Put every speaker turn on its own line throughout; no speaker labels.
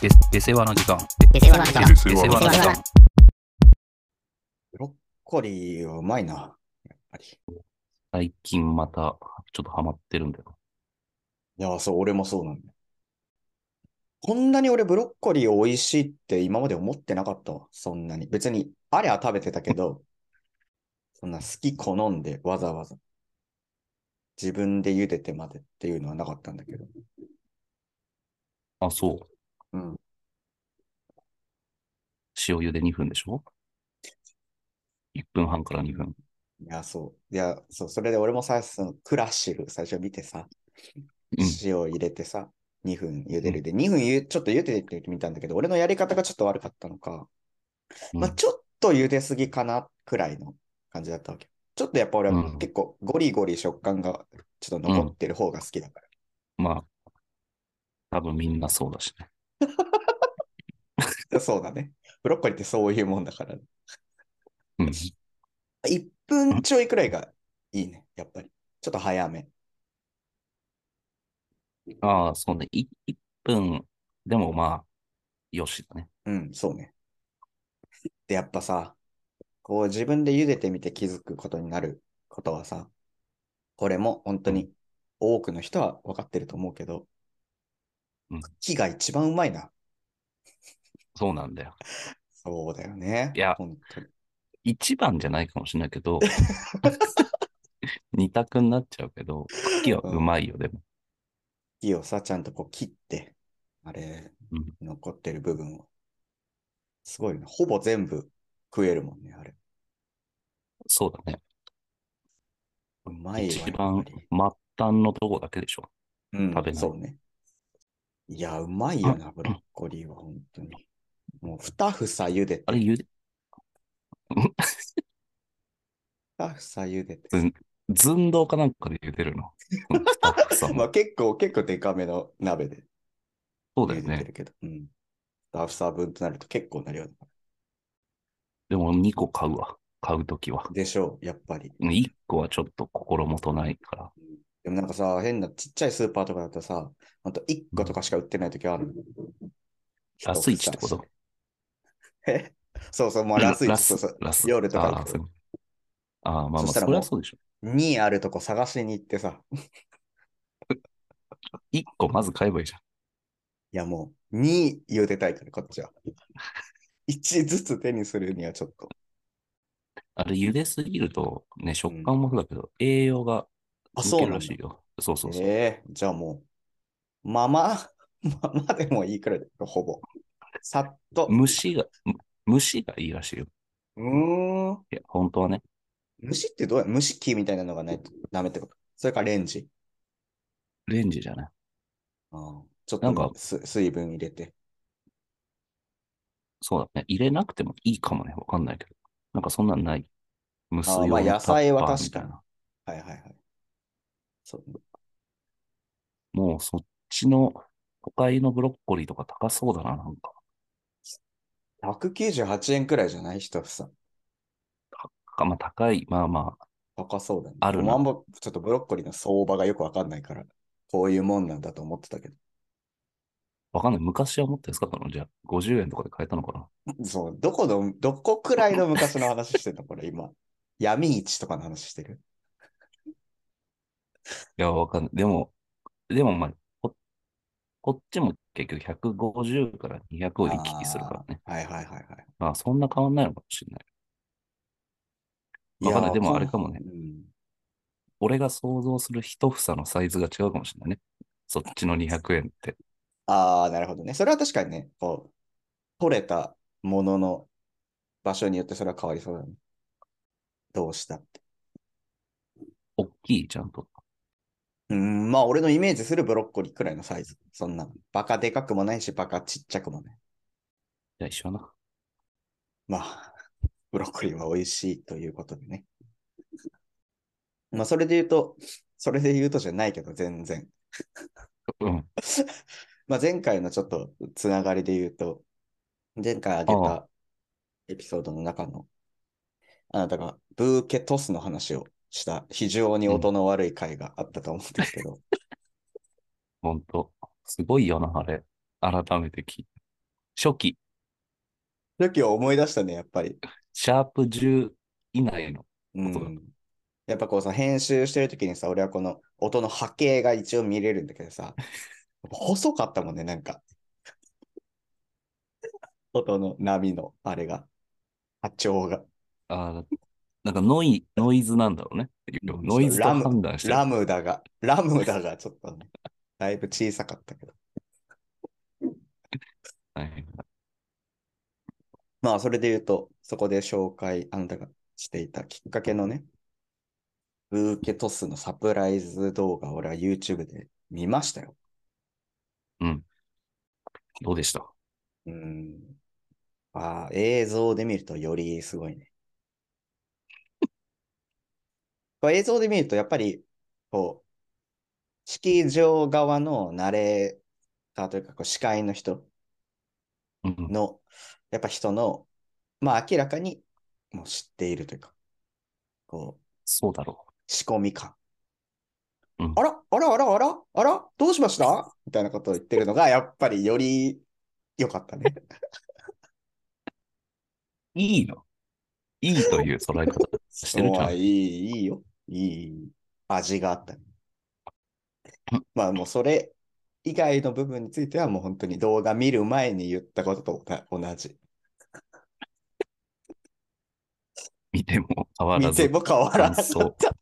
で、で世話の時間。
出世話の時間。
で世話の時間。
ブロッコリーはうまいな。やっぱり。い
最近また、ちょっとハマってるんだよ。
や、そう、俺もそうなんだよ。こんなに俺ブロッコリーを美味しいって今まで思ってなかったわ。そんなに。別に、あれは食べてたけど、 そんな好き好んでわざわざ。自分で茹でてまでっていうのはなかったんだけど。
あ、そう。
うん。
塩茹で2分でしょ ?1 分半から2分。
いや、そう。いや、そう。それで俺もさ、そのクラシル最初見てさ、
うん
塩入れてさ、2分茹でるで、2分ゆちょっと茹でてみたんだけど、俺のやり方がちょっと悪かったのか、
うん
まあちょっと茹ですぎかなくらいの感じだったわけ。ちょっとやっぱ俺は
うん
結構ゴリゴリ食感がちょっと残ってる方が好きだから。
まあ、多分みんなそうだしね。
そうだね。ブロッコリーってそういうもんだから。
うん。
1分ちょいくらいがいいね、やっぱり。ちょっと早め。
ああ、そうね。1分、でもまあ、よしだね。
うん、そうね。で、やっぱさ、こう自分で茹でてみて気づくことになることはさ、これも本当に多くの人は分かってると思うけど、
うん
茎が一番うまいな。
そうなんだよ。
そうだよね。
いや
本当に。
一番じゃないかもしれないけ ど、二択になっちゃうけど、茎はうまいよ、でも。
茎をさ、ちゃんとこう切って、あれ
うん、
残ってる部分を。すごいね。ほぼ全部食えるもんね、あれ。
そうだね。
うまいわ。
一
や
番
っぱり
末端のとこだけでしょ。
うん
食べない
そうね。いや、うまいよな、ブロッコリーは、本当に。もう、二房茹でて、
あれ、ゆで、
二房茹でて。
寸胴かなんかで茹で るの。うんスタッフさん
まあ、
も。
結構、結構デカめの鍋で
そうだよ
茹でて
ね。
るけど、うん。二房分となると結構な量だか
でも2個買うわ。買うときは
ら。。でしょう、やっぱり。
1個はちょっと心もとないから。
でもなんかさ、変なちっちゃいスーパーとかだとさ、ほんと1個とかしか売ってないときあるの。
ラスイチってこと
え そうそう、まあ、ラスイチ、
ラ
そうそう。
ラス
夜とか
あ
行
あ
く
そうああ、まあまあ、
そした
そ
らも
り
う
ゃそうでしょ。
2あるとこ探しに行ってさ、い
1個まず買えばいいじゃん。
やもう、2茹でたいから、こっ ちは。1ずつ手にするにはちょっと。
あれ、茹ですぎると、ね、食感もそうだけど、栄養が
あ、
抜
そう
ける
な
ら
んだ
しいよ。そうそうそう。
ええじゃあもう、まま、 ままでもいいくらいだよ、ほぼ。さっと。
虫が、虫がいいらしいよ。
うーん。
いや、本当はね。
虫ってどうや虫器みたいなのがないとダメってこと。それかレンジ。
レンジじゃない。
うん、ちょっ
なんか
とす水分入れて。
そうだね。入れなくてもいいかもね。わかんないけど。なんかそんなんない。無水
あー
用
まあ
の
野菜は
タッパー
確かに
みたいな
はいはいはい。そう。
もうそっちの都会のブロッコリーとか高そうだな、なんか。
198円くらいじゃない人さ。
あまあ高い。まあまあ。
高そうだね。
あるな
あんまちょっとブロッコリーの相場がよくわかんないから、こういうもんなんだと思ってたけど。
わかんない。昔はもっと安かったのじゃあ、50円とかで買えたのかな。
そう、どこの、どこくらいの昔の話してんのこ れ今。闇市とかの話してる
いや、わかんない。でも、でもまあ、ここっちも結局150から200を行き来するからね。
はいはいはいはい。
まあ、そんな変わんないのかもしれない。わかんない
やー
でも
こう
あれかもね
うん
俺が想像する一房のサイズが違うかもしれないね。そっちの200円って。
ああ、なるほどね。それは確かにね、こう、取れたものの場所によってそれは変わりそうだね。どうしたって。
大きい、ちゃんと。
うん、まあ俺のイメージするブロッコリーくらいのサイズ。そんな、バカでかくもないし、バカちっちゃくもない。
じゃあ一緒やな。
まあ、 ブロッコリーは美味しいということでね。まあそれで言うと、それで言うとじゃないけど、全然。
うん。
まあ、前回のちょっとつながりで言うと、前回あげ
あ
たエピソードの中の、あなたがブーケトスの話をした非常に音の悪い回があったと思うんですけど、
ほんと。すごいよな、あれ。改めて聞いて。初期、
さっきを思い出したね、やっぱり。
シャープ10以内の。
う
音が
ん。やっぱこうさ、編集してるときにさ、俺はこの音の波形が一応見れるんだけどさ、細かったもんね、な んか。音の波の、あれが、波長が。
あーなんかノイ、ノイズなんだろうね。
うん
ノイズと
ラム
判断してる
ラムダが、ラムダがちょっとね、だいぶ小さかったけど。
はい
まあ、それで言うと、そこで紹介、あなたがしていたきっかけのね、ブーケトスのサプライズ動画、俺は YouTube で見ましたよ。
どうでした
うん。ああ、映像で見るとよりすごいね。 これ映像で見ると、やっぱり、こう、式場側のナレーターというか、こう司会の人
うん。
の、やっぱ人の、まあ明らかにもう知っているというか、こう、
そうだろ
仕込み感。
うん
あら、あら、あら、あら、あら、どうしましたみたいなことを言ってるのが、やっぱりより良かったね。
う。いいの。いいという捉え方してる
そう
じゃ ん
いい、いいよ。いい味があったね
うん。
まあもうそれ以外の部分についてはもう本当に動画見る前に言ったことと同同じ。
見ても変わら
見て
ず。
も変わらなか
感想
った。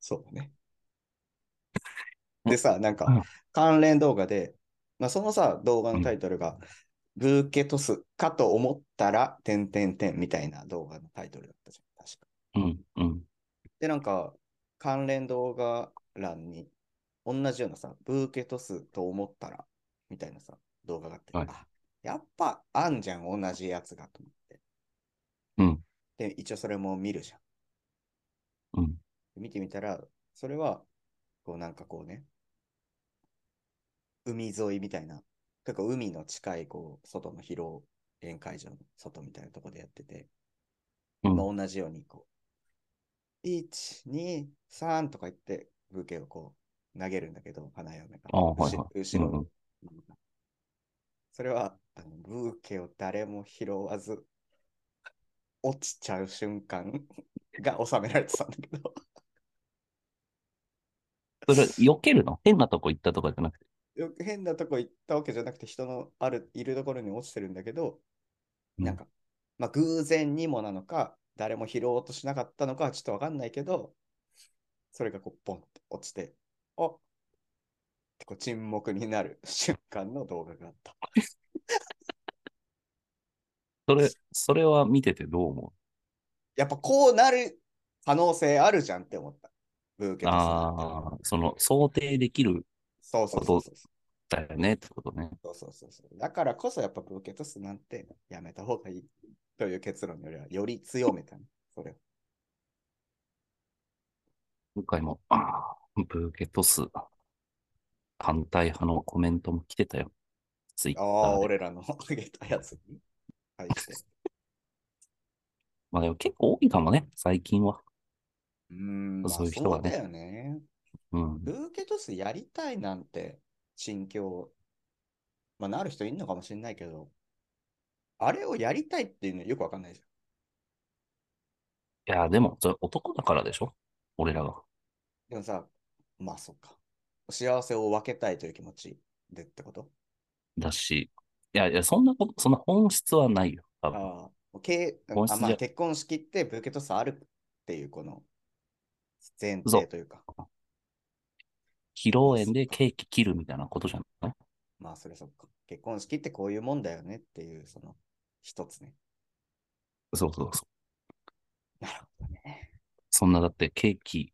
そうね。でさ、なん
うん
か関連動画で、まあ、そのさ、動画のタイトルが、ブーケトスかと思ったら、てんてんてんみたいな動画のタイトルだったじゃん。確か。
うん、うん。
で、なんか関連動画欄に、同じようなさ、ブーケトスと思ったら、みたいなさ、動画があって、
はい
あ、やっぱあんじゃん、同じやつがと思って。
うん
で、一応それも見るじゃん。
うん。
見てみたら、それは、こうなんかこうね、海沿いみたいな、結構海の近い、こう、外の広い宴会場の外みたいなとこでやってて、
うん
まあ同じようにこう、1、2、3とか言って、ブーケをこう、投げるんだけど、花嫁が。
ああ、はい
後
はい。
後ろ
うんう
に
ん
それはあの、ブーケを誰も拾わず、落ちちゃう瞬間 が収められてたんだけど、
それ、避けるの変なとこ行ったとかじゃなくて。
よ変なとこ行ったわけじゃなくて、人のある、いるところに落ちてるんだけど、
うん
なんか、まあ、偶然にもなのか、誰も拾おうとしなかったのかはちょっとわかんないけど、それがこう、ポンって落ちて、あってこう沈黙になる瞬間の動画があった。
それ、それは見ててどう思
やっぱこうなる可能性あるじゃんって思った。ブーケ
う
トスだったら
ああ、その、想定できるん
そうそうそうそう
だよねってことね。
そうそうそうそう。だからこそやっぱブーケトスなんてやめた方がいいという結論よりはより強めたね。それを
今回も、あーブーケトス、反対派のコメントも来てたよ。ツイッタ
ああ、
ーで。
俺らのあげたやつに対して。
まあでも結構多いかもね、最近は。
うーん、まあ、
そういう人はね
そうだよね。
うん。
ブーケトスやりたいなんて、心境、まあ、なる人いるのかもしれないけど、あれをやりたいっていうのよくわかんないじ
いやー、でも、それ男だからでしょ俺らが。
ゃん。でもさ、まあ、そっか。幸せを分けたいという気持ちでってこと
だし。いやいや、そんなこと、そんな本質はないよ。多分
ああ、け
本質
あ
じゃ
まあ、結婚式ってブーケトスあるっていう、この前
そ
提
う
というか、
披露宴でケーキ切るみたいなことじゃない
まあ、それそっか。結婚式ってこういうもんだよねっていう、その一つね。
そうそうそう。
なるほどね。
そんなだってケーキ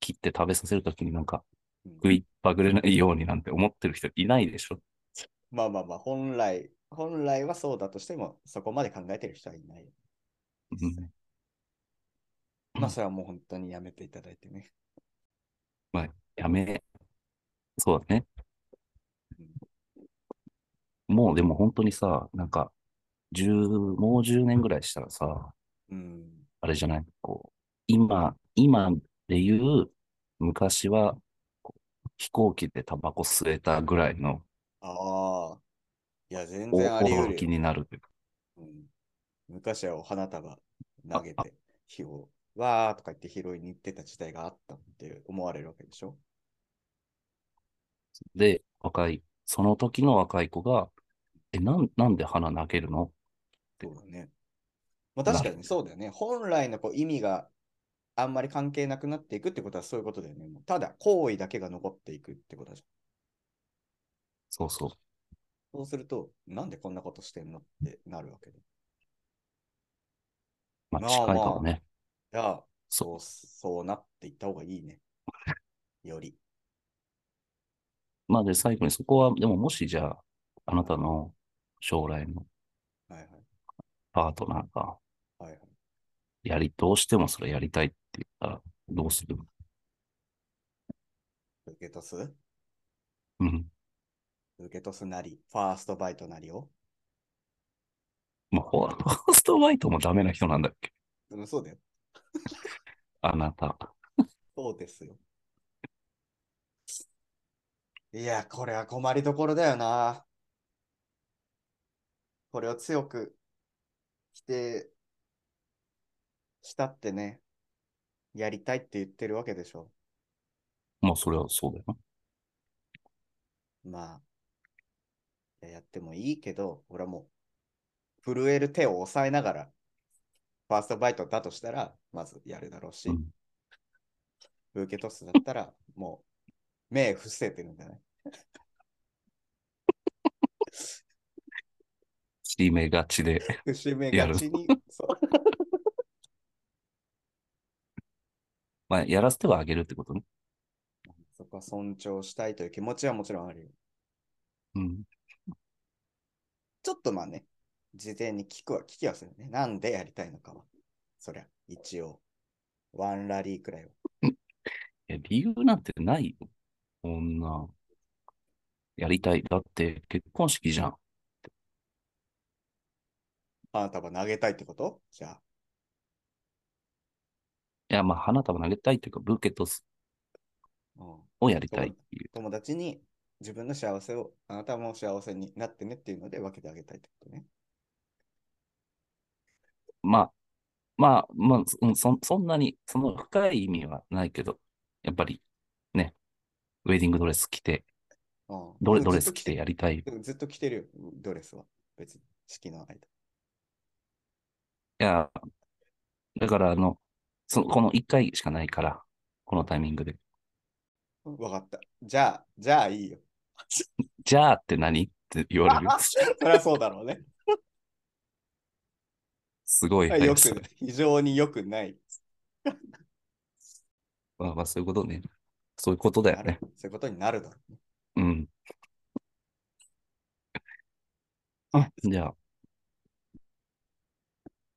切って食べさせるときになんか
うん
食いっぱぐれないようになんて思ってる人いないでしょ
まあまあまあ、本来、本来はそうだとしても、そこまで考えてる人はいない。
うん
まあ、それはもう本当にやめていただいてね。
やめ、そうだね
うん。
もうでも本当にさ、なんか、十、もう10年ぐらいしたらさ、
うん。
あれじゃないこう、今、今で言う、昔は、こう飛行機でタバコ吸えたぐらいの
ああ、いや、全
お
然あり得
驚
る
き
よ。
になるというか。
うん、昔はお花束投げて、火を、わーとか言って拾いに行ってた時代があったって思われるわけでしょ
で、若い、その時の若い子が、え、なん、なんで花投げるの
そうだね。まあ確かにそうだよね。本来のこう意味があんまり関係なくなっていくってことはそういうことだよね。もうただ行為だけが残っていくってことじゃん。
そうそう。
そうすると、なんでこんなことしてんのってなるわけで。い
ま
ま
あ、
あ
近いからね。
や、
そ
そう、そうなっていった方がいい ね。より。
う。まあ、で、最後にそこは、でももしじゃあ、あなたの将来の
はいはい。
パートナーが、
はいはい、
やり、どうしてもそれやりたいって言ったら、どうする
受け取す
うん。
受け取すなり、ファーストバイトなりを。
まあ、フォファーストバイトもダメな人なんだっけ
うん、そうだよ。
あなた。
そうですよ。いや、これは困りどころだよな。これを強く否定したってね、やりたいって言ってるわけでしょ。
まあ、それはそうだよな。
まあ、いややってもいいけど、俺はもう、震える手を押さえながら、ファーストバイトだとしたら、まずやるだろうし、
うん
受け取すだったら、もう、目伏せてるんじゃない
締めがちで。
伏目
や
が
る
ちに、そう
まあ、やらせてはあげるってことね。
そこは尊重したいという気持ちはもちろんあるよ。
うん。
ちょっとまあね、事前に聞くは聞きはするね。なんでやりたいのかは。そりゃ、一応、ワンラリーくらいは。
いや、理由なんてないよ。こんな。やりたい。だって、結婚式じゃん。
花束投げたいってことじゃあ、
いや、まあ、花束投げたいというか、ブーケットス
うん、
をやりたいっていう。
友達に自分の幸せを、あなたも幸せになってねっていうので分けてあげたいってことね。
まあ、まあ、まあ、そうんそそんなに、その深い意味はないけど、やっぱり、ね、ウェディングドレス着て、
うん、
ドレ
でも
ドレ
ずっ
ス
と
着てやりたい。い
でもずっと着てるよ、ドレスは。別に、式の間。
や、だから、あの、そのこの1回しかないから、このタイミングで。
分かった。じゃあ、じゃあいいよ。
じゃあって何って言われる よ。
そりゃそうだろう ね。
すごい
よ
速
く
さ
ない、非常によくない。
まあまあ、そういうことね。そういうことだよ
なる
ね。
そういうことになるだろうね。
うん。あ、じゃあ、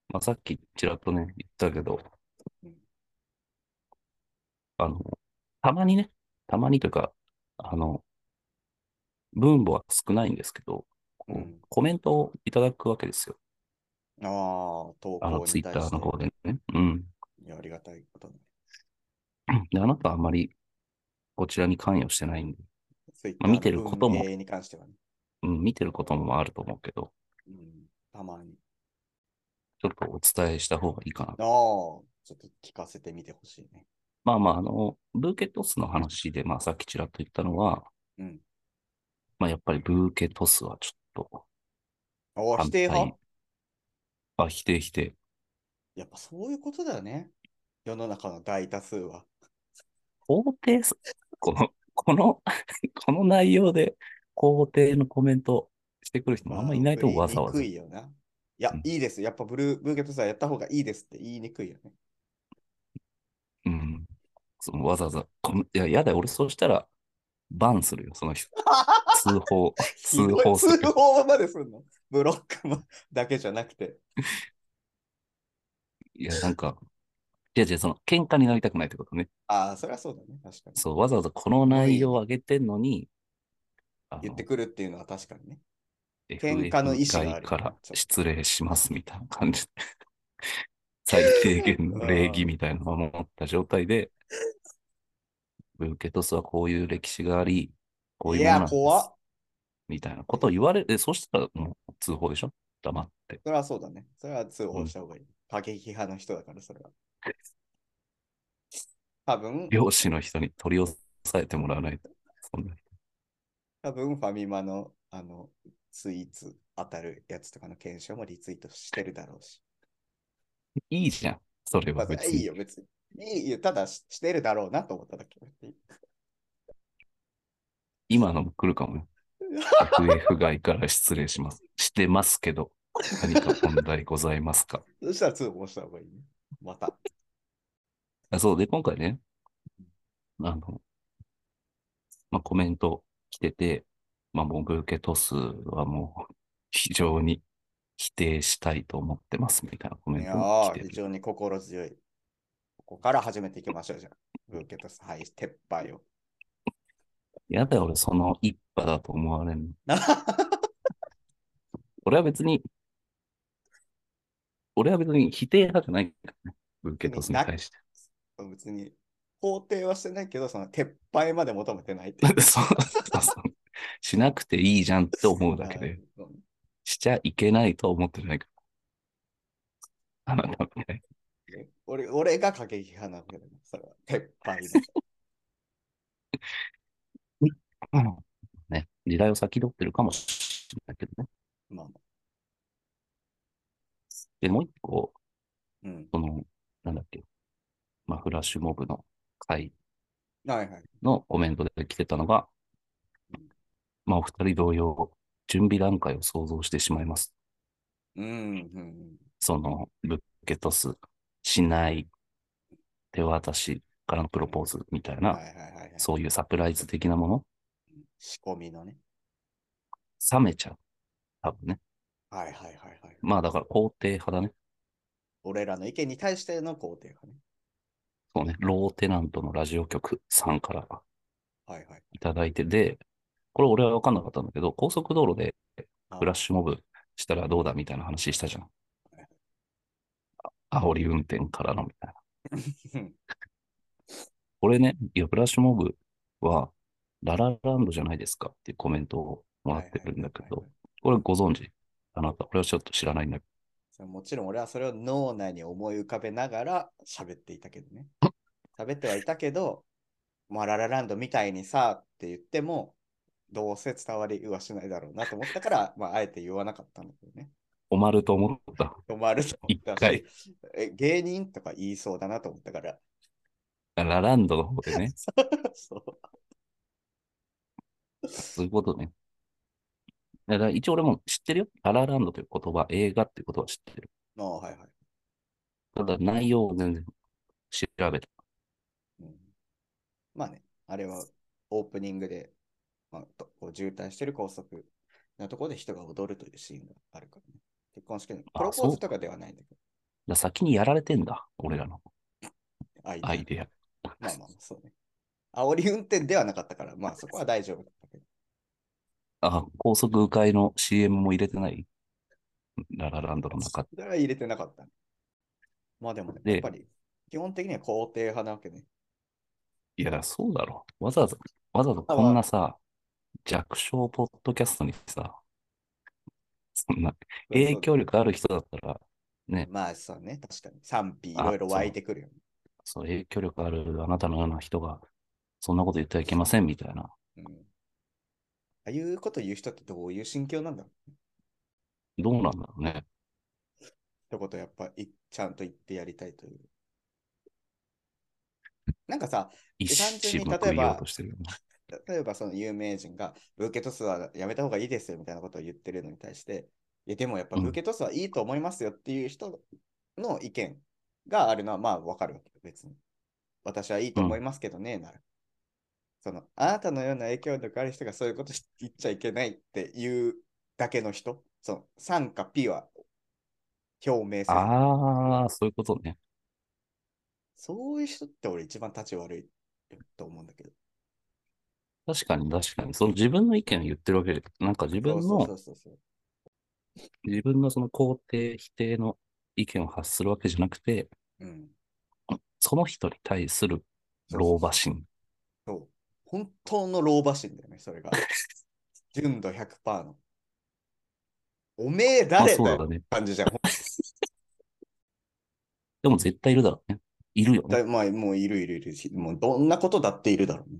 まあ、さっきちらっとね、言ったけど
うん、
あの、たまにね、たまにというか、あの、分母は少ないんですけど、こう
うん
コメントをいただくわけですよ。
ああ、投
あの、
稿
ツイ
に
ッ
対
タ
し
ー
て
の。方でね。うん。
いやありがたいことね。
で、あなたはあまりこちらに関与してないんで、
ツイッタ
まあ
ー
見てることも
に関してはね。
うん、見てることもあると思うけど、
うん、たまに。
ちょっとお伝えした方がいいかな。
ああ、ちょっと聞かせてみてほしいね。
まあまあ、あの、ブーケトスの話で、まあさっきちらっと言ったのは、
うん。
まあやっぱりブーケトスはちょっと
お
反
否定派
対。あ、否定否定。
やっぱそういうことだよね。世の中の大多数は。
肯定す、 この、この、 この内容で肯定のコメントしてくる人もあんまいないと思う、わざわざ
言。いにくいよな。いや、
うん
いいです。やっぱブルー、ブーケットさんやった方がいいですって言いにくいよね。
うん。そのわざわざ、コメいや、やだよ、俺そうしたら、バンするよ、その人。通報、
ひど
通
い
報する
通。報までするのブロックもだけじゃなくて。
いや、なんか、いや、じゃその、喧嘩になりたくないってことね。
ああ、そりゃそうだね。確かに。
そう、わざわざこの内容を上げてんのに、あの
言ってくるっていうのは確かにね。
FF
喧嘩の意思があ
外
る
から
ちょっと
失礼しますみたいな感じで、 最低限の礼儀みたいなのを守った状態で、ブーケトスはこういう歴史があり、こういう
い
ものな
や、
んです。
怖っ。
みたいなことを言われる。えそうしたらもう通報でしょ黙って。
それはそうだね。それは通報した方がいい。過激派の人だから、それは。多分、
漁師の人に取り押さえてもらわないと。そんな
多分ファミマの、あの、ツイーツ当たるやつとかの検証もリツイートしてるだろうし。
いいじゃん。それ
ま
は
あ、
別
いい
に。
よ、別に。いいよ、ただししてるだろうなと思っただけ。
今のも来るかもよ。FF 外から失礼します。してますけど、何か問題ございますか
そしたら通報した方がいいね。また。
あそうで、今回ね、あの、まあ、コメント来てて、まあ、もぐけトスはもう非常に否定したいと思ってますみたいなコメ
い
ン
や
トが来
ー
て
非
て、
常に心強い。ここから始めていきましょうじゃん。ブーケとス、はい、撤廃 を。
やだよ、俺その一派だと思われんの。俺は別に、俺は別に否定派じゃないからね、ブーケトスに対して。
別に、肯定はしてないけど、その撤廃まで求めてないってい
そうう そうそうしなくていいじゃんって思うだけで、
あー
しちゃいけないとは思ってないから。あなたみたいに
俺俺が過激派なわけだから、それは撤廃だ。
うんね、時代を先取ってるかもしれないけどね。
まあまあ、
で、もう一個、
うん。
その、なんだっけ、まあ、フラッシュモブの回
はいはい。
のコメントで来てたのが
うん、
まあ、お二人同様、準備段階を想像してしまいます。
うん、うん
その、ブッケトス、しない、手渡しからのプロポーズみたい
うん。
な
はい、はいはいはい。
そういうサプライズ的なもの、
仕込みのね。
冷めちゃう。多分ね。
はいはいはいはい。
まあだから肯定派だね。
俺らの意見に対しての肯定派ね。
そうね。ローテナントのラジオ局さんから
はいはい。
いただいて、で、これ俺は分かんなかったんだけど、高速道路で
あ
フラッシュモブしたらどうだみたいな話したじゃん
い。
あ煽り運転からのみたいな。
うん
俺ね、いや、フラッシュモブはララランドじゃないですかっていうコメントをもらってるんだけ
はいはいは
ど
いはい、
これご存知あなた、これはちょっと知らないんだけど
それもちろん俺はそれを脳内に思い浮かべながら喋っていたけ どね。喋ってはいたけど、まあ、ララランドみたいにさって言っても、どうせ伝わりはしないだろうなと思っ たから、まあ、あえて言わなかったんだけどね。
おまると思った。
止まると思った
一回
し、え芸人とか言いそうだなと思ったから。
ララランドの方でね。
そう
そういうことね。だから一応俺も知ってるよ。ララランドという言葉、映画っていうことは知ってる。
ああはいはい。
ただ内容を全然調べた。
うんまあね、あれはオープニングで、まあ、とこう渋滞してる高速のところで人が踊るというシーンがあるからね。結婚式のプ
あ
ロポー
そ
ズ
う
とかではないんだけど、
だ先にやられてんだ。俺らの
アイデア
アイデア。
まあまあ、そうね。煽り運転ではなかったから、まあそこは大丈夫だったけど。
あ、高速迂回の CM も入れてないララランドの中。
それは入れてなかったね、まあでもね、
で
やっぱり基本的には肯定派なわけね。
いや、そうだろ。わざわざ、わざわざこんなさ、弱小ポッドキャストにさ、そんな影響力ある人だったら、ね、
まあそうね、確かに。賛否いろいろ湧いてくるよね。
そう影響力あるあなたのような人が、そんなこと言ってはいけませんみたいな。
うんああいうこと言う人ってどういう心境なんだろう
どうなんだろうね。
ってことをやっぱいちゃんと言ってやりたいという。なんかさ、
一矢報いようとしてるよね。
例えばその有名人がブーケトスはやめた方がいいですよみたいなことを言ってるのに対して、いやでもやっぱ
うん
ブーケトスはいいと思いますよっていう人の意見があるのはまあわかるわけよ別に。私はいいと思いますけどね、なら。その、あなたのような影響力ある人がそういうことし言っちゃいけないっていうだけの人、その賛か P は表明せず
ああ、そういうことね。
そういう人って俺一番立ち悪いと思うんだけど。
確かに確かに。その自分の意見を言ってるわけで、なんか自分の、
そうそうそうそう
自分のその肯定、否定の意見を発するわけじゃなくて、
そう。うん。
その人に対する
そうそうそう
老婆心。
そう。本当の老婆心だよね、それが。純度100%の。おめえ誰
まあ
だ
そう
よ
だね。
感じじゃん。
でも絶対いるだろうね。いるよね。
だまあ、もういるいるいるし、もうどんなことだっているだろうね。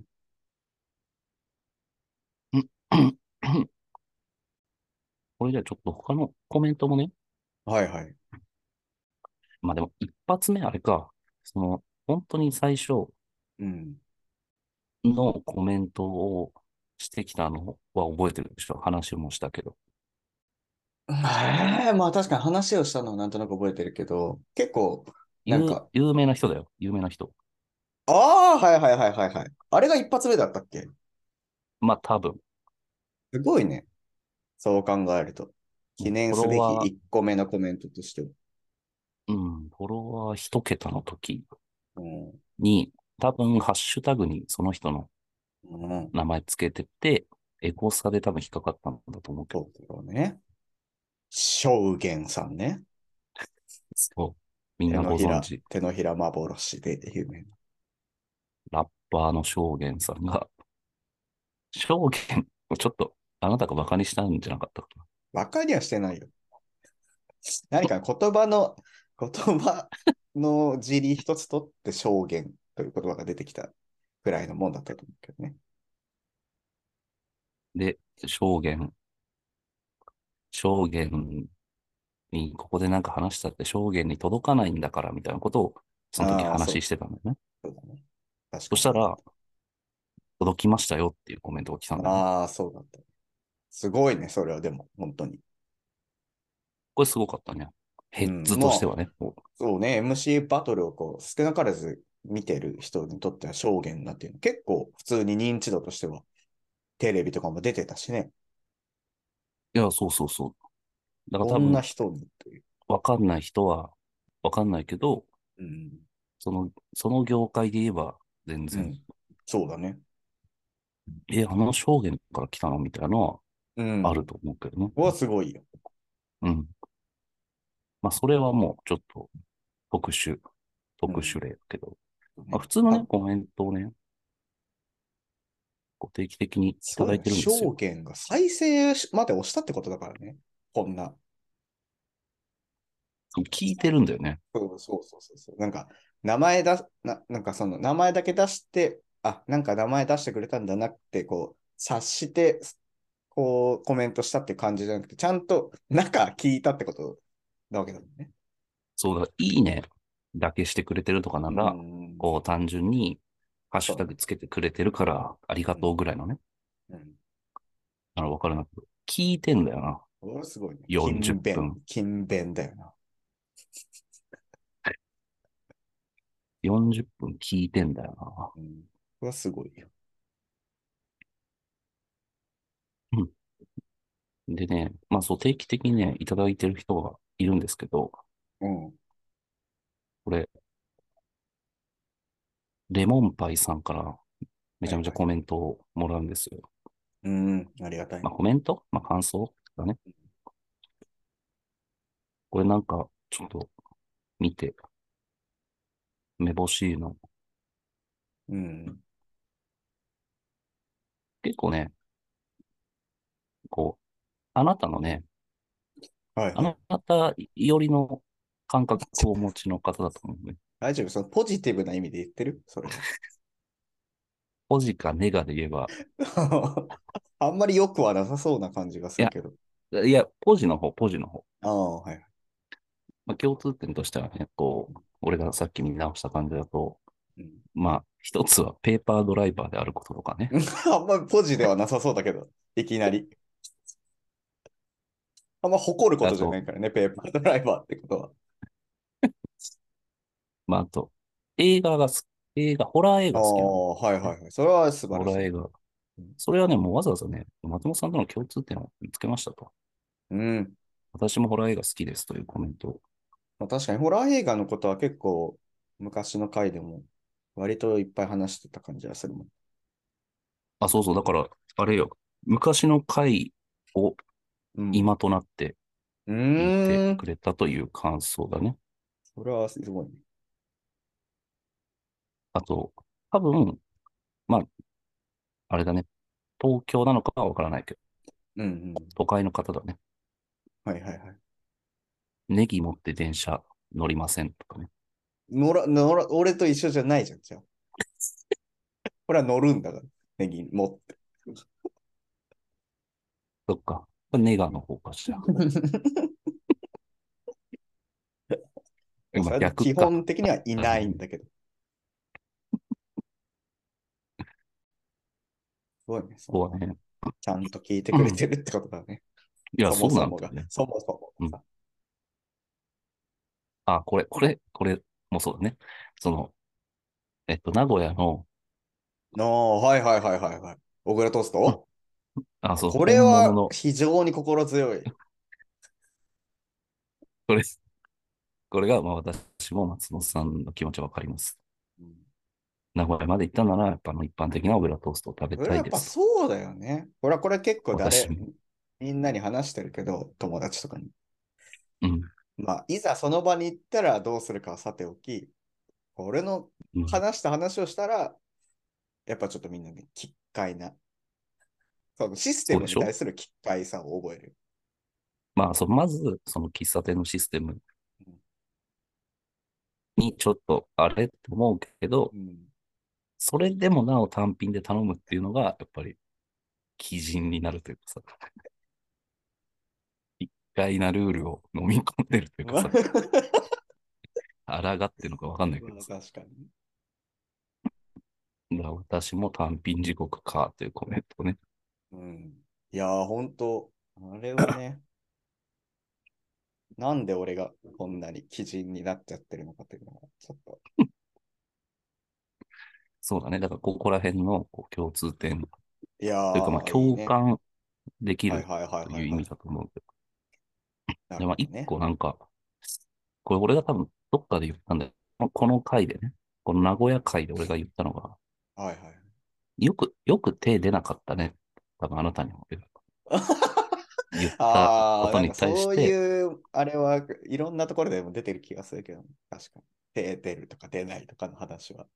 これじゃあちょっと他のコメントもね。
はいはい。
まあでも一発目あれか。その、本当に最初
うん。
のコメントをしてきたのは覚えてるでしょ。話もしたけど。
ええまあ確かに話をしたのはなんとなく覚えてるけど、結構、な
有
んか
有名な人だよ。有名な人。
ああ、はいはいはいはいはい。あれが一発目だったっけ
まあ多分。
すごいね。そう考えると。記念すべき
フォロワー
1個目のコメントとしては。
うん、フォロワー一桁の時
うん。
に、多分ハッシュタグにその人の
うん。
名前つけてて、エゴサで多分引っかかったんだと思うけど。
そうだろうね。証言さんね。
そう。みん
手
な
の
ご
ひ
存
ら
知。、
手のひら幻で有名な。
ラッパーの証言さんが、証言をちょっとあなたが馬鹿にしたんじゃなかったかな。
バカにはしてないよ。何か言葉の、言葉の字に一つとって証言という言葉が出てきたくらいのもんだったと思うけどね。
で、証言。証言に、ここでなんか話したって証言に届かないんだからみたいなことを、その時
あーそう
話してたんだよね。
そうだね。確かに
そしたら、届きましたよっていうコメントが来たんだよね。
ああ、そうだった。すごいね、それはでも、本当に。
これすごかったね。ヘッズとしてはね。こう
そうね、MC バトルをこう、少なからず見てる人にとっては証言なんていうの、結構普通に認知度としては、テレビとかも出てたしね、
いや、そうそうそう。だから
こ
多
んな
分、
人にという。
わかんない人は、わかんないけど、
うん、
その、その業界で言えば、全
う
然、
ん。そうだね。
え、あの証言から来たのみたいなのは
うん。
あると思うけどね。
はすごいよ。
うん。まあ、それはもう、ちょっと、特殊、特殊例だけど。まあ、普通のね、コメントをね、こう定期的にい
す
た
ご
だい
いね
てるんです
証
よ。
言が再生しまで押したってことだからね。こんな。
聞いてるんだよね。
そうそうそうそうそう。なんか、名前だ、ななんかその名前だけ出して、あ、なんか名前出してくれたんだなって、こう、察して、こう、コメントしたって感じじゃなくて、ちゃんと中聞いたってことなわけだもんね。
そうだ、いいねだけしてくれてるとかなら、
うん
こう、単純に、ハッシュタグつけてくれてるから、ありがとうぐらいのね、
うん。
あの、わからなく聞いてんだよな。
これすごいね。
40
勤勉
分。
勤勉だよな。
40分聞いてんだよな。
うん。これはすごいよ。
でね、まあそう、定期的にね、いただいてる人がいるんですけど、
うん。
これ、レモンパイさんからめちゃめちゃコメントをもらうんですよ。
うん。ありがたい
ま。あコメントまあ感想だね。これなんか、ちょっと見て、めぼしいの。
うん。
結構ね、こう、あなたのね、
はい
あ
はい。
なたよりの感覚をお持ちの方だと思うね。
大丈夫そのポジティブな意味で言ってるそれ。
ポジかネガで言えば、
あんまり良くはなさそうな感じがするけど。
いや、ポジの方、ポジの方。
ああ、はい。
まあ、共通点としてはね、こう、俺がさっき見直した感じだと、
うん
まあ、一つはペーパードライバーであることとかね。
あんまりポジではなさそうだけど、いきなり。あんま誇ることじゃないからね、ペーパー ドライバーってことは。
まあ、あと、映画が好き、映画、ホラー映
あ
画好きなの
あ、はいはいはい。それは素
ホ
晴
ラー
らしい。
映画。それはね、もうわざわざね、松本さんとの共通点を見つけましたと。
うん。
私もホラー映画好きですというコメントを。
まあ、確かにホラー映画のことは結構昔の回でも割といっぱい話してた感じがするもん。
あ、そうそう、だから、あれよ、昔の回を
うん、。
今となって
う
聞い
ー
て
ん。
くれたという感想だね。
それはすごいね。
あと、多分、まあ、あれだね、東京なのかはわからないけど、
うんうん。
都会の方だね。
はいはいはい。
ネギ持って電車乗りませんとかね。
乗ら、乗ら、俺と一緒じゃないじゃん、じゃあ。俺は乗るんだから、ネギ持って。
そっか。これネガの方かしら。 まあ
それは
逆か
基本的にはいないんだ けど。すごいね。
ここ
そ
はね。
うちゃんと聞いてくれてるってことだね。
いや、
そ
そ
も
うなん
そも
だよ
が
ね。。
そもそもがさ。
あ、これ、これ、これもそうだね。その、えっと、名古屋の、
のはいはいはいはいはい。小倉トースト
あ、そう、
これ
本
は
物の、
非常に心強い。
これ、これが、まあ私も松本さんの気持ちはわかります。
うん
名古屋まで行ったなら、やっぱあの一般的なオブラトーストを食べ
これ
た
は
い
やっ
で
ぱ
す。
そうだよね。これはこれ結構
私
誰
も、
みんなに話してるけど、友達とかに。
うん。
まあ、いざその場に行ったらどうするかはさておき、俺の
うん
話した話をしたら、やっぱちょっとみんなね、奇怪な。そのシステムに
そうでしょ
対する奇怪さを覚える。
まあ、そまず、その喫茶店のシステム
うん
にちょっと、あれって思うけど
う、ん、
それでもなお単品で頼むっていうのが、やっぱり、基人になるというかさ、 一回なルールを飲み込んでるという
ま
か
あ
さ、
確
抗ってるのかわかんないけ どさ、
かに。
だから私も単品地獄かというコメントをね。
うん、いやー、ほんと、あれは ね、なんで俺がこんなに基人になっちゃってるのかっていうのが、ちょっと。
そうだね。だから、ここら辺のこう共通点
いやー、
というか、まあ、
いい
共
ね
感でき
はい
る
はいはい
と
はいいう
意
は
味
い。
だと思うけど。
な
で、
る
まあ、
ほ
一
どね。
個なんか、これ俺が多分どっかで言ったんだよ。まあこの回でね、この名古屋回で俺が言ったのが、
はいはい。
よく、よく手出なかったね。多分あなたにも言った
あ
こ
あ、
と
なん
に
か
対
そ
し
う
て、
いう、あれはいろんなところでも出てる気がするけど、確かに。出出るとか出ないとかの話は。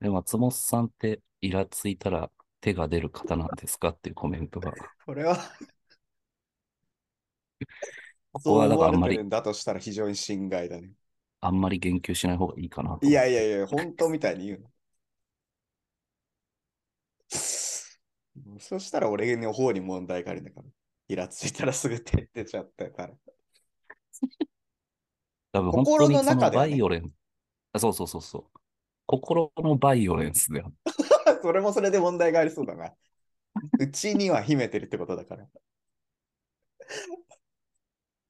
で松本さんってイラついたら手が出る方なんですかっていうコメントが、
これは、
ここ
そう
はだ
思
から
わ
あん
れ
ま
て
り
る、んだとしたら非常に心外だね。
あんまり言及しない方がいいかなと。
いやいやいや、本当みたいに言うの。そしたら俺の方に問題があるんだから。イラついたらすぐ手出ちゃったから。
多分本当にそ
心の中
の
では
バ
ね
イオレンあそうそうそうそう。心のバイオレンスである。
それもそれで問題がありそうだな。うちには秘めてるってことだ から。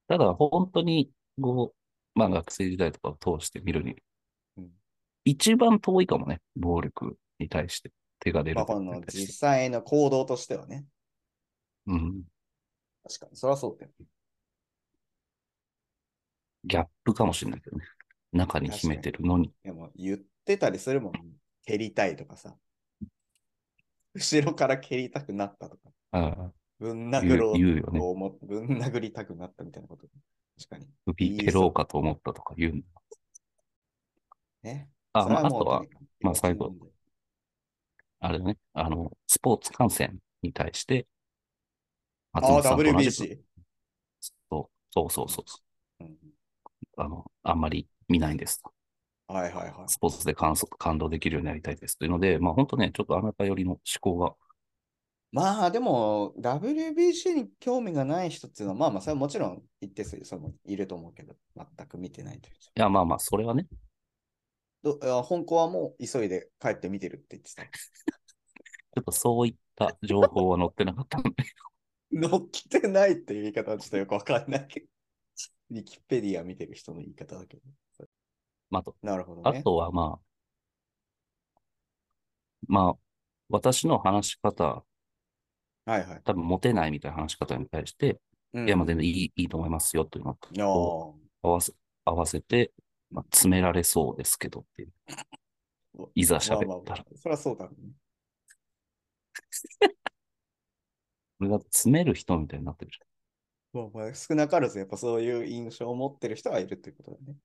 ただ本当に、こう、まあ学生時代とかを通して見るに
うん、
一番遠いかもね、暴力に対して手が出る
まあ、
こと
こ
に
の
対
実
して。
際の行動としてはね。
うん。
確かに、それはそうだよ。
ギャップかもしれないけどね。中に秘めてるのに。
でも言ってたりするもん。蹴りたいとかさ。後ろから蹴りたくなったとか。
あ
ぶん
あ
殴
言う
ろう
言うよね
と。思っぶん殴りたくなったみたいなこと。確かに。
首蹴ろうかと思ったとか言うんだ。
ね。
あ、
それ
まあ、あ
もう
とは、
とにかく
まあ最後
気持ちの問題
あれだね。あの、スポーツ観戦に対して、松
あ
本
あ、
さんと同じく
WBC。
そうそうそうそうそ
うん
う。あの、あんまり見ないんです。
はいはいはい。
スポーツで感想感動できるようになりたいです。というので、まあ本当ね、ちょっとあなた寄りの思考が、
まあでも WBC に興味がない人っていうのはまあまあそれはもちろん一定数そのいると思うけど全く見てないという
いやまあまあ、それはね、
どいや本校はもう急いで帰って見てるって言ってた。
ちょっとそういった情報は載ってなかったので、
乗っけてないっていう言い方はちょっとよくわかんないけど。ウィキペディア見てる人の言い方だけど。
まあ、あと
なるほど
あ
ね。
とはまあ、まあ、私の話し方、
はいはい。
多分モテないみたいな話し方に対して、
うん、
いやまあ全然いいいいと思いますよというの
あー
を合わせ合わせて、まあ、詰められそうですけどって いう
お。
いざ
まあ
喋
まあ
っ
ま
た
あ
ら。、
そりゃそうだろうね。
俺が詰める人みたいになってるじ
まあまあ、少なからずやっぱそういう印象を持ってる人はいるっていうことだね。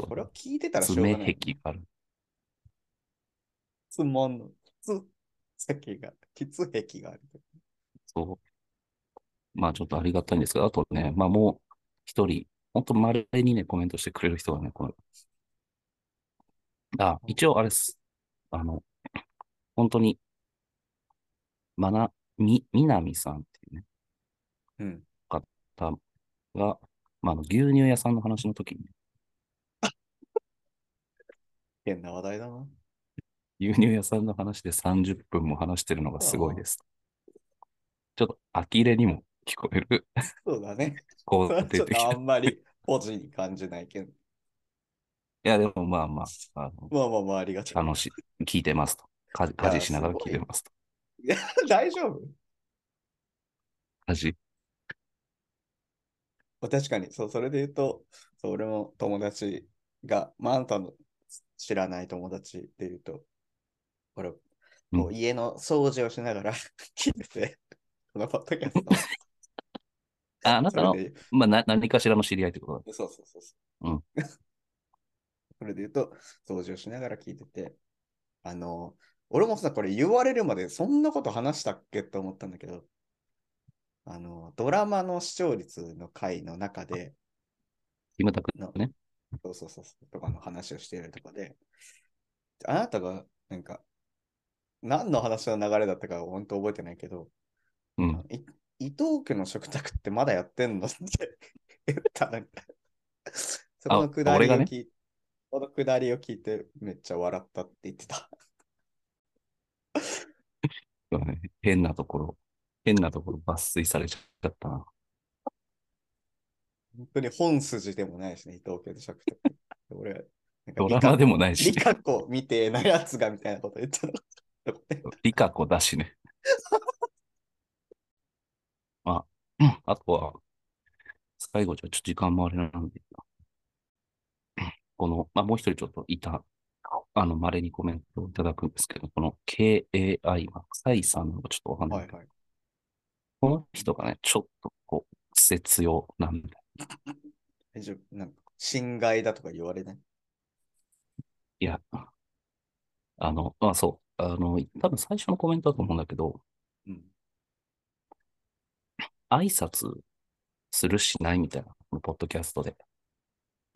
ゃん。
これ
は
を聞いてたらしょうが
詰
な
め
いよね、
癖がある。
つまんの。つ、先が、喫壁がある。
そう。まあちょっとありがたいんですけど、あとね、まあもう一人、ほんと稀にね、コメントしてくれる人がね、この、あ、一応あれです。あの、本当に、まな、み、みなみさんっていうね、
うん。
方が、まああの、牛乳屋さんの話の時に、
変な話題だな。
牛乳屋さんの話で30分も話してるのがすごいです。ちょっと呆れにも聞こえる、
そうだね。
肯
それはち
定
ょっ
的
と
な。
あ
い
んまりポジに感じないけど。
や、でもまあまあ、あの、
まあまあまあ、ありがとう。
楽し、聞いてますと。家事、家事しながら聞いてますと。
大丈夫
家事。
まあ確かに、そう、それで言うと、そう俺も友達が、まあ、あんたの知らない友達で言うと、俺、もう家の掃除をしながら 聞いてて、 このポッドキャスト。
ああなたの
そ、れで
まあな、何かしらの知り合いってことだ。
そうそうそうそう。
うん
それで言うと、掃除をしながら聞いてて、あの、俺もさ、これ言われるまでそんなこと話したっけと思ったんだけど、あの、ドラマの視聴率の回の中で、
キムタク
の
ね。
そうそうそうそう、とかの話をしているとかで、あなたが、なんか、何の話の流れだったか本当覚えてないけど、
うん。
い伊藤家の食卓ってまだやってんのって 言ったなんか、そこのくだ
俺
りを
がね
聞い、このくだりを聞いてめっちゃ笑ったって言ってた。
そうね変なところ、変なところ抜粋されちゃったな。
本当に本筋でもないしね、伊藤家の食卓。俺、なんか
ドラマでもない
リ
し、
カコみてえなやつがみたいなこと 言ってた。
リカ子だしね。 まあ、うんあとは、最後じゃちょっと時間もあれなんで、この、まあもう一人ちょっといた、あの、稀にコメントをいただくんですけど、この KAI、まあサイさんのちょっとわかんない
はい
けど
はい。
この人がね、ちょっとこう、節用なんで、
大丈夫。なんか、侵害だとか言われない。
いや、あの、まあそう、あの、多分最初のコメントだと思うんだけど、
うん。
挨拶するしないみたいな、このポッドキャストで。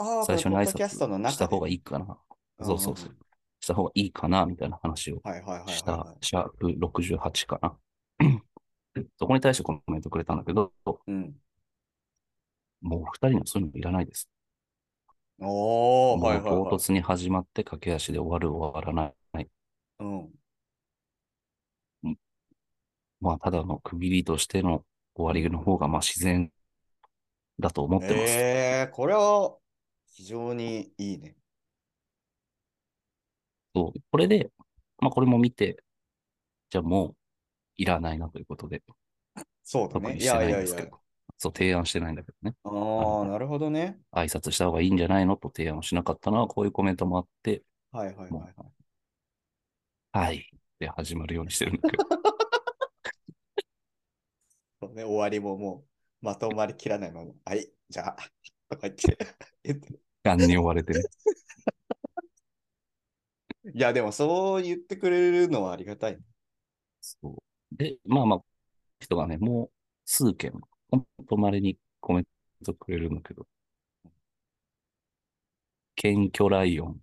ああ、
最初
こ
の挨
れポッドキャストの
拶
中
した方が
いい。
いいかな。
うん
そうそうそう。した方がいいかな、みたいな話を
はいはいはいはいはい。
した、シャープ68かな。 そこに対してコメントくれたんだけど、
うん。
もう二人のそういうのいらないです。
おー、
もう
はいはい
唐
はい。
突に始まって駆け足で終わる終わらない。
うん。
まあ、ただの区切りとしての終わりの方が、まあ、自然だと思ってます。
えー、これは非常にいいね。
そうこれで、まあ、これも見て、じゃあもう、いらないなということで、
そうだ
特
ね。
に
い
して
や
ないいん
や
で
い
す
や
けど。。そう、提案してないんだけどね。
あ
あの
ー、なるほどね。
挨拶した方がいいんじゃないのと提案をしなかったのは、こういうコメントもあって、
はいはいはいはい。
はい。で、始まるようにしてるんだけ ど。
そうね、終わりももうまとまりきらないまま、はい、じゃあ、 とか言って言って る。
何に追われてね。
いや、でもそう言ってくれるのはありがたい。
そう。で、まあまあ、人がね、もう数件、ほんと稀にコメントくれるんだけど、謙虚ライオン、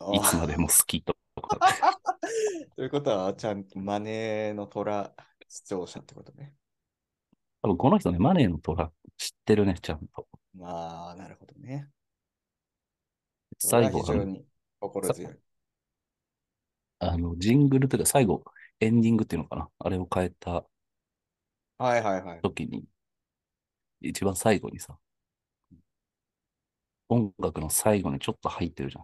あー
いつまでも好きとかって、
ということは、ちゃんとマネーの虎視聴者ってことね。
多分この人ね、マネーの虎知ってるね、ちゃんと。
まあ、なるほどね。
最後
それは
は
非常
ね、
に心強い。
あの、ジングルというか、最後、エンディングっていうのかな。あれを変えた
はいはいはい。
時に、一番最後にさ、音楽の最後にちょっと入ってるじゃん、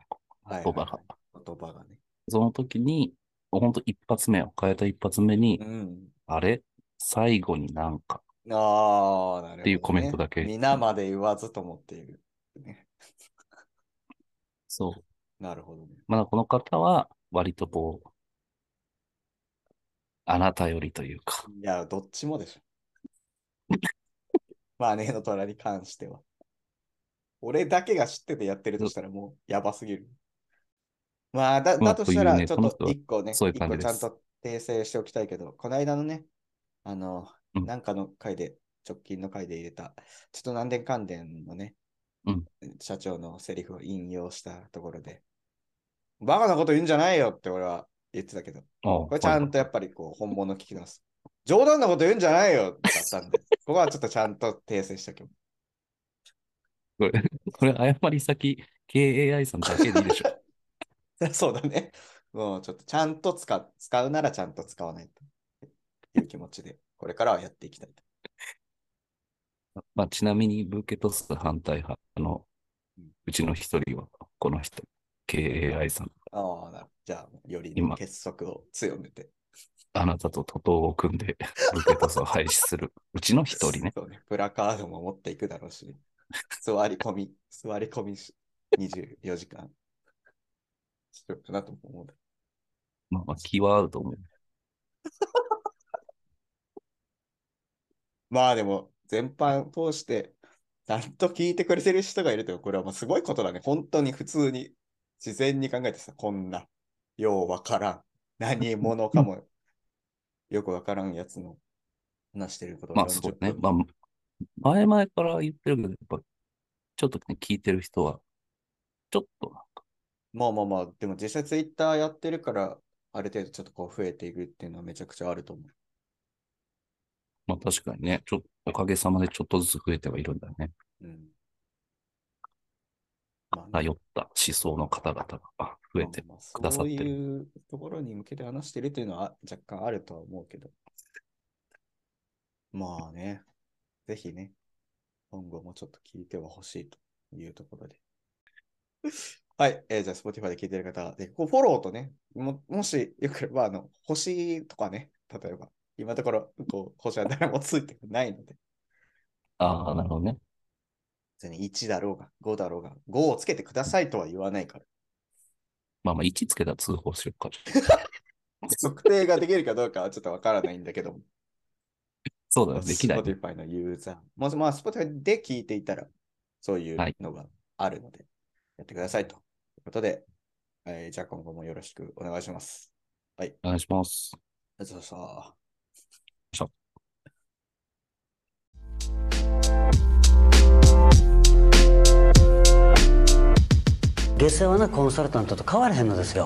はい
言葉が。
言葉がね。
その時に、ほんと一発目を変えた一発目に、
うん。
あれ最後になんか、
ああ、なるほど、ね。
っていうコメントだけ
皆まで言わずと思っている。ね、
そう。
なるほどね。
まだこの方は、割とこう、あなたよりというか、
いや、どっちもでしょ。 まあ、ねの虎に関しては。俺だけが知っててやってるとしたらもうやばすぎる。まあ、だ
まあ
だとしたら、
というね
ちょ
この
っ
人
と
は
一個ね、
そういう
一
感
個
じで
ち
す
ゃんと訂正しておきたいけど、この間のね、あの、
うん
なんかの回で、直近の回で入れた、ちょっと何年関連のね、
うん
社長のセリフを引用したところで、バカなこと言うんじゃないよって俺は言ってたけど、
こ
これちゃんとやっぱりこう本物聞き出す。冗談なこと言うんじゃないよだったんで、 ここはちょっとちゃんと訂正したけど。
これ、これ謝り先、KAI さんだけでいいでしょ。
そうだね。もうちょっとちゃんと使う使うならちゃんと使わないという気持ちで、これからはやっていきたいと。
まあ、ちなみに、ブーケトス反対派の
うん
うちの一人は、この人、KAI さん。
ああ、なるじゃあ、より
今
結束を強めて。
あなたと徒党を組ん で、ブーケトスを廃止する。うちの一人ね。
そうね。プラカードも持っていくだろ うし、座り込み、座り込みし24時間しようかなとも思う。
まあ、まあ、気は合うと思う。
まあでも、全般通して、ちゃんと聞いてくれてる人がいるという、これはもうすごいことだね。本当に普通に、自然に考えてさ、こんな、ようわからん、何者かも、よくわからんやつの話してること
まあ、そうね。ま
あ、
あ、前々から言ってるけど、やっぱ、ちょっとね、聞いてる人は、ちょっとな、
まあまあまあ、でも実際ツイッターやってるから、ある程度ちょっとこう増えていくっていうのはめちゃくちゃあると思う。
まあ確かにね、ちょっとおかげさまでちょっとずつ増えてはいるんだよね。
うん。まあね
頼った思想の方々が増えてる。
まあまあ
くださってる
そういうところに向けて話してるっていうのは若干あるとは思うけど。まあね、ぜひね、今後もちょっと聞いてはほしいというところで。はい、えーじゃあ Spotify で聞いてる方は、でこうフォローとね、ももしよければ、あの、星とかね、例えば、今のところ、こう、星は誰もついてないので、
ああ、なるほどね。
別に1だろうが、5だろうが、5をつけてくださいとは言わないから。
まあまあ、1つけたら通報しよ うか。
測定ができるかどうかはちょっとわからないんだけども。
そうだね、できないね。
Spotify のユーザー。もし、まあ、Spotify で聞いていたら、そういう
はい
のがあるので、やってくださいということで、えーじゃあ今後もよろしくお願いします。
お願いします。
ありがとうございました。
下世話なコンサルタントと変わらへんのですよ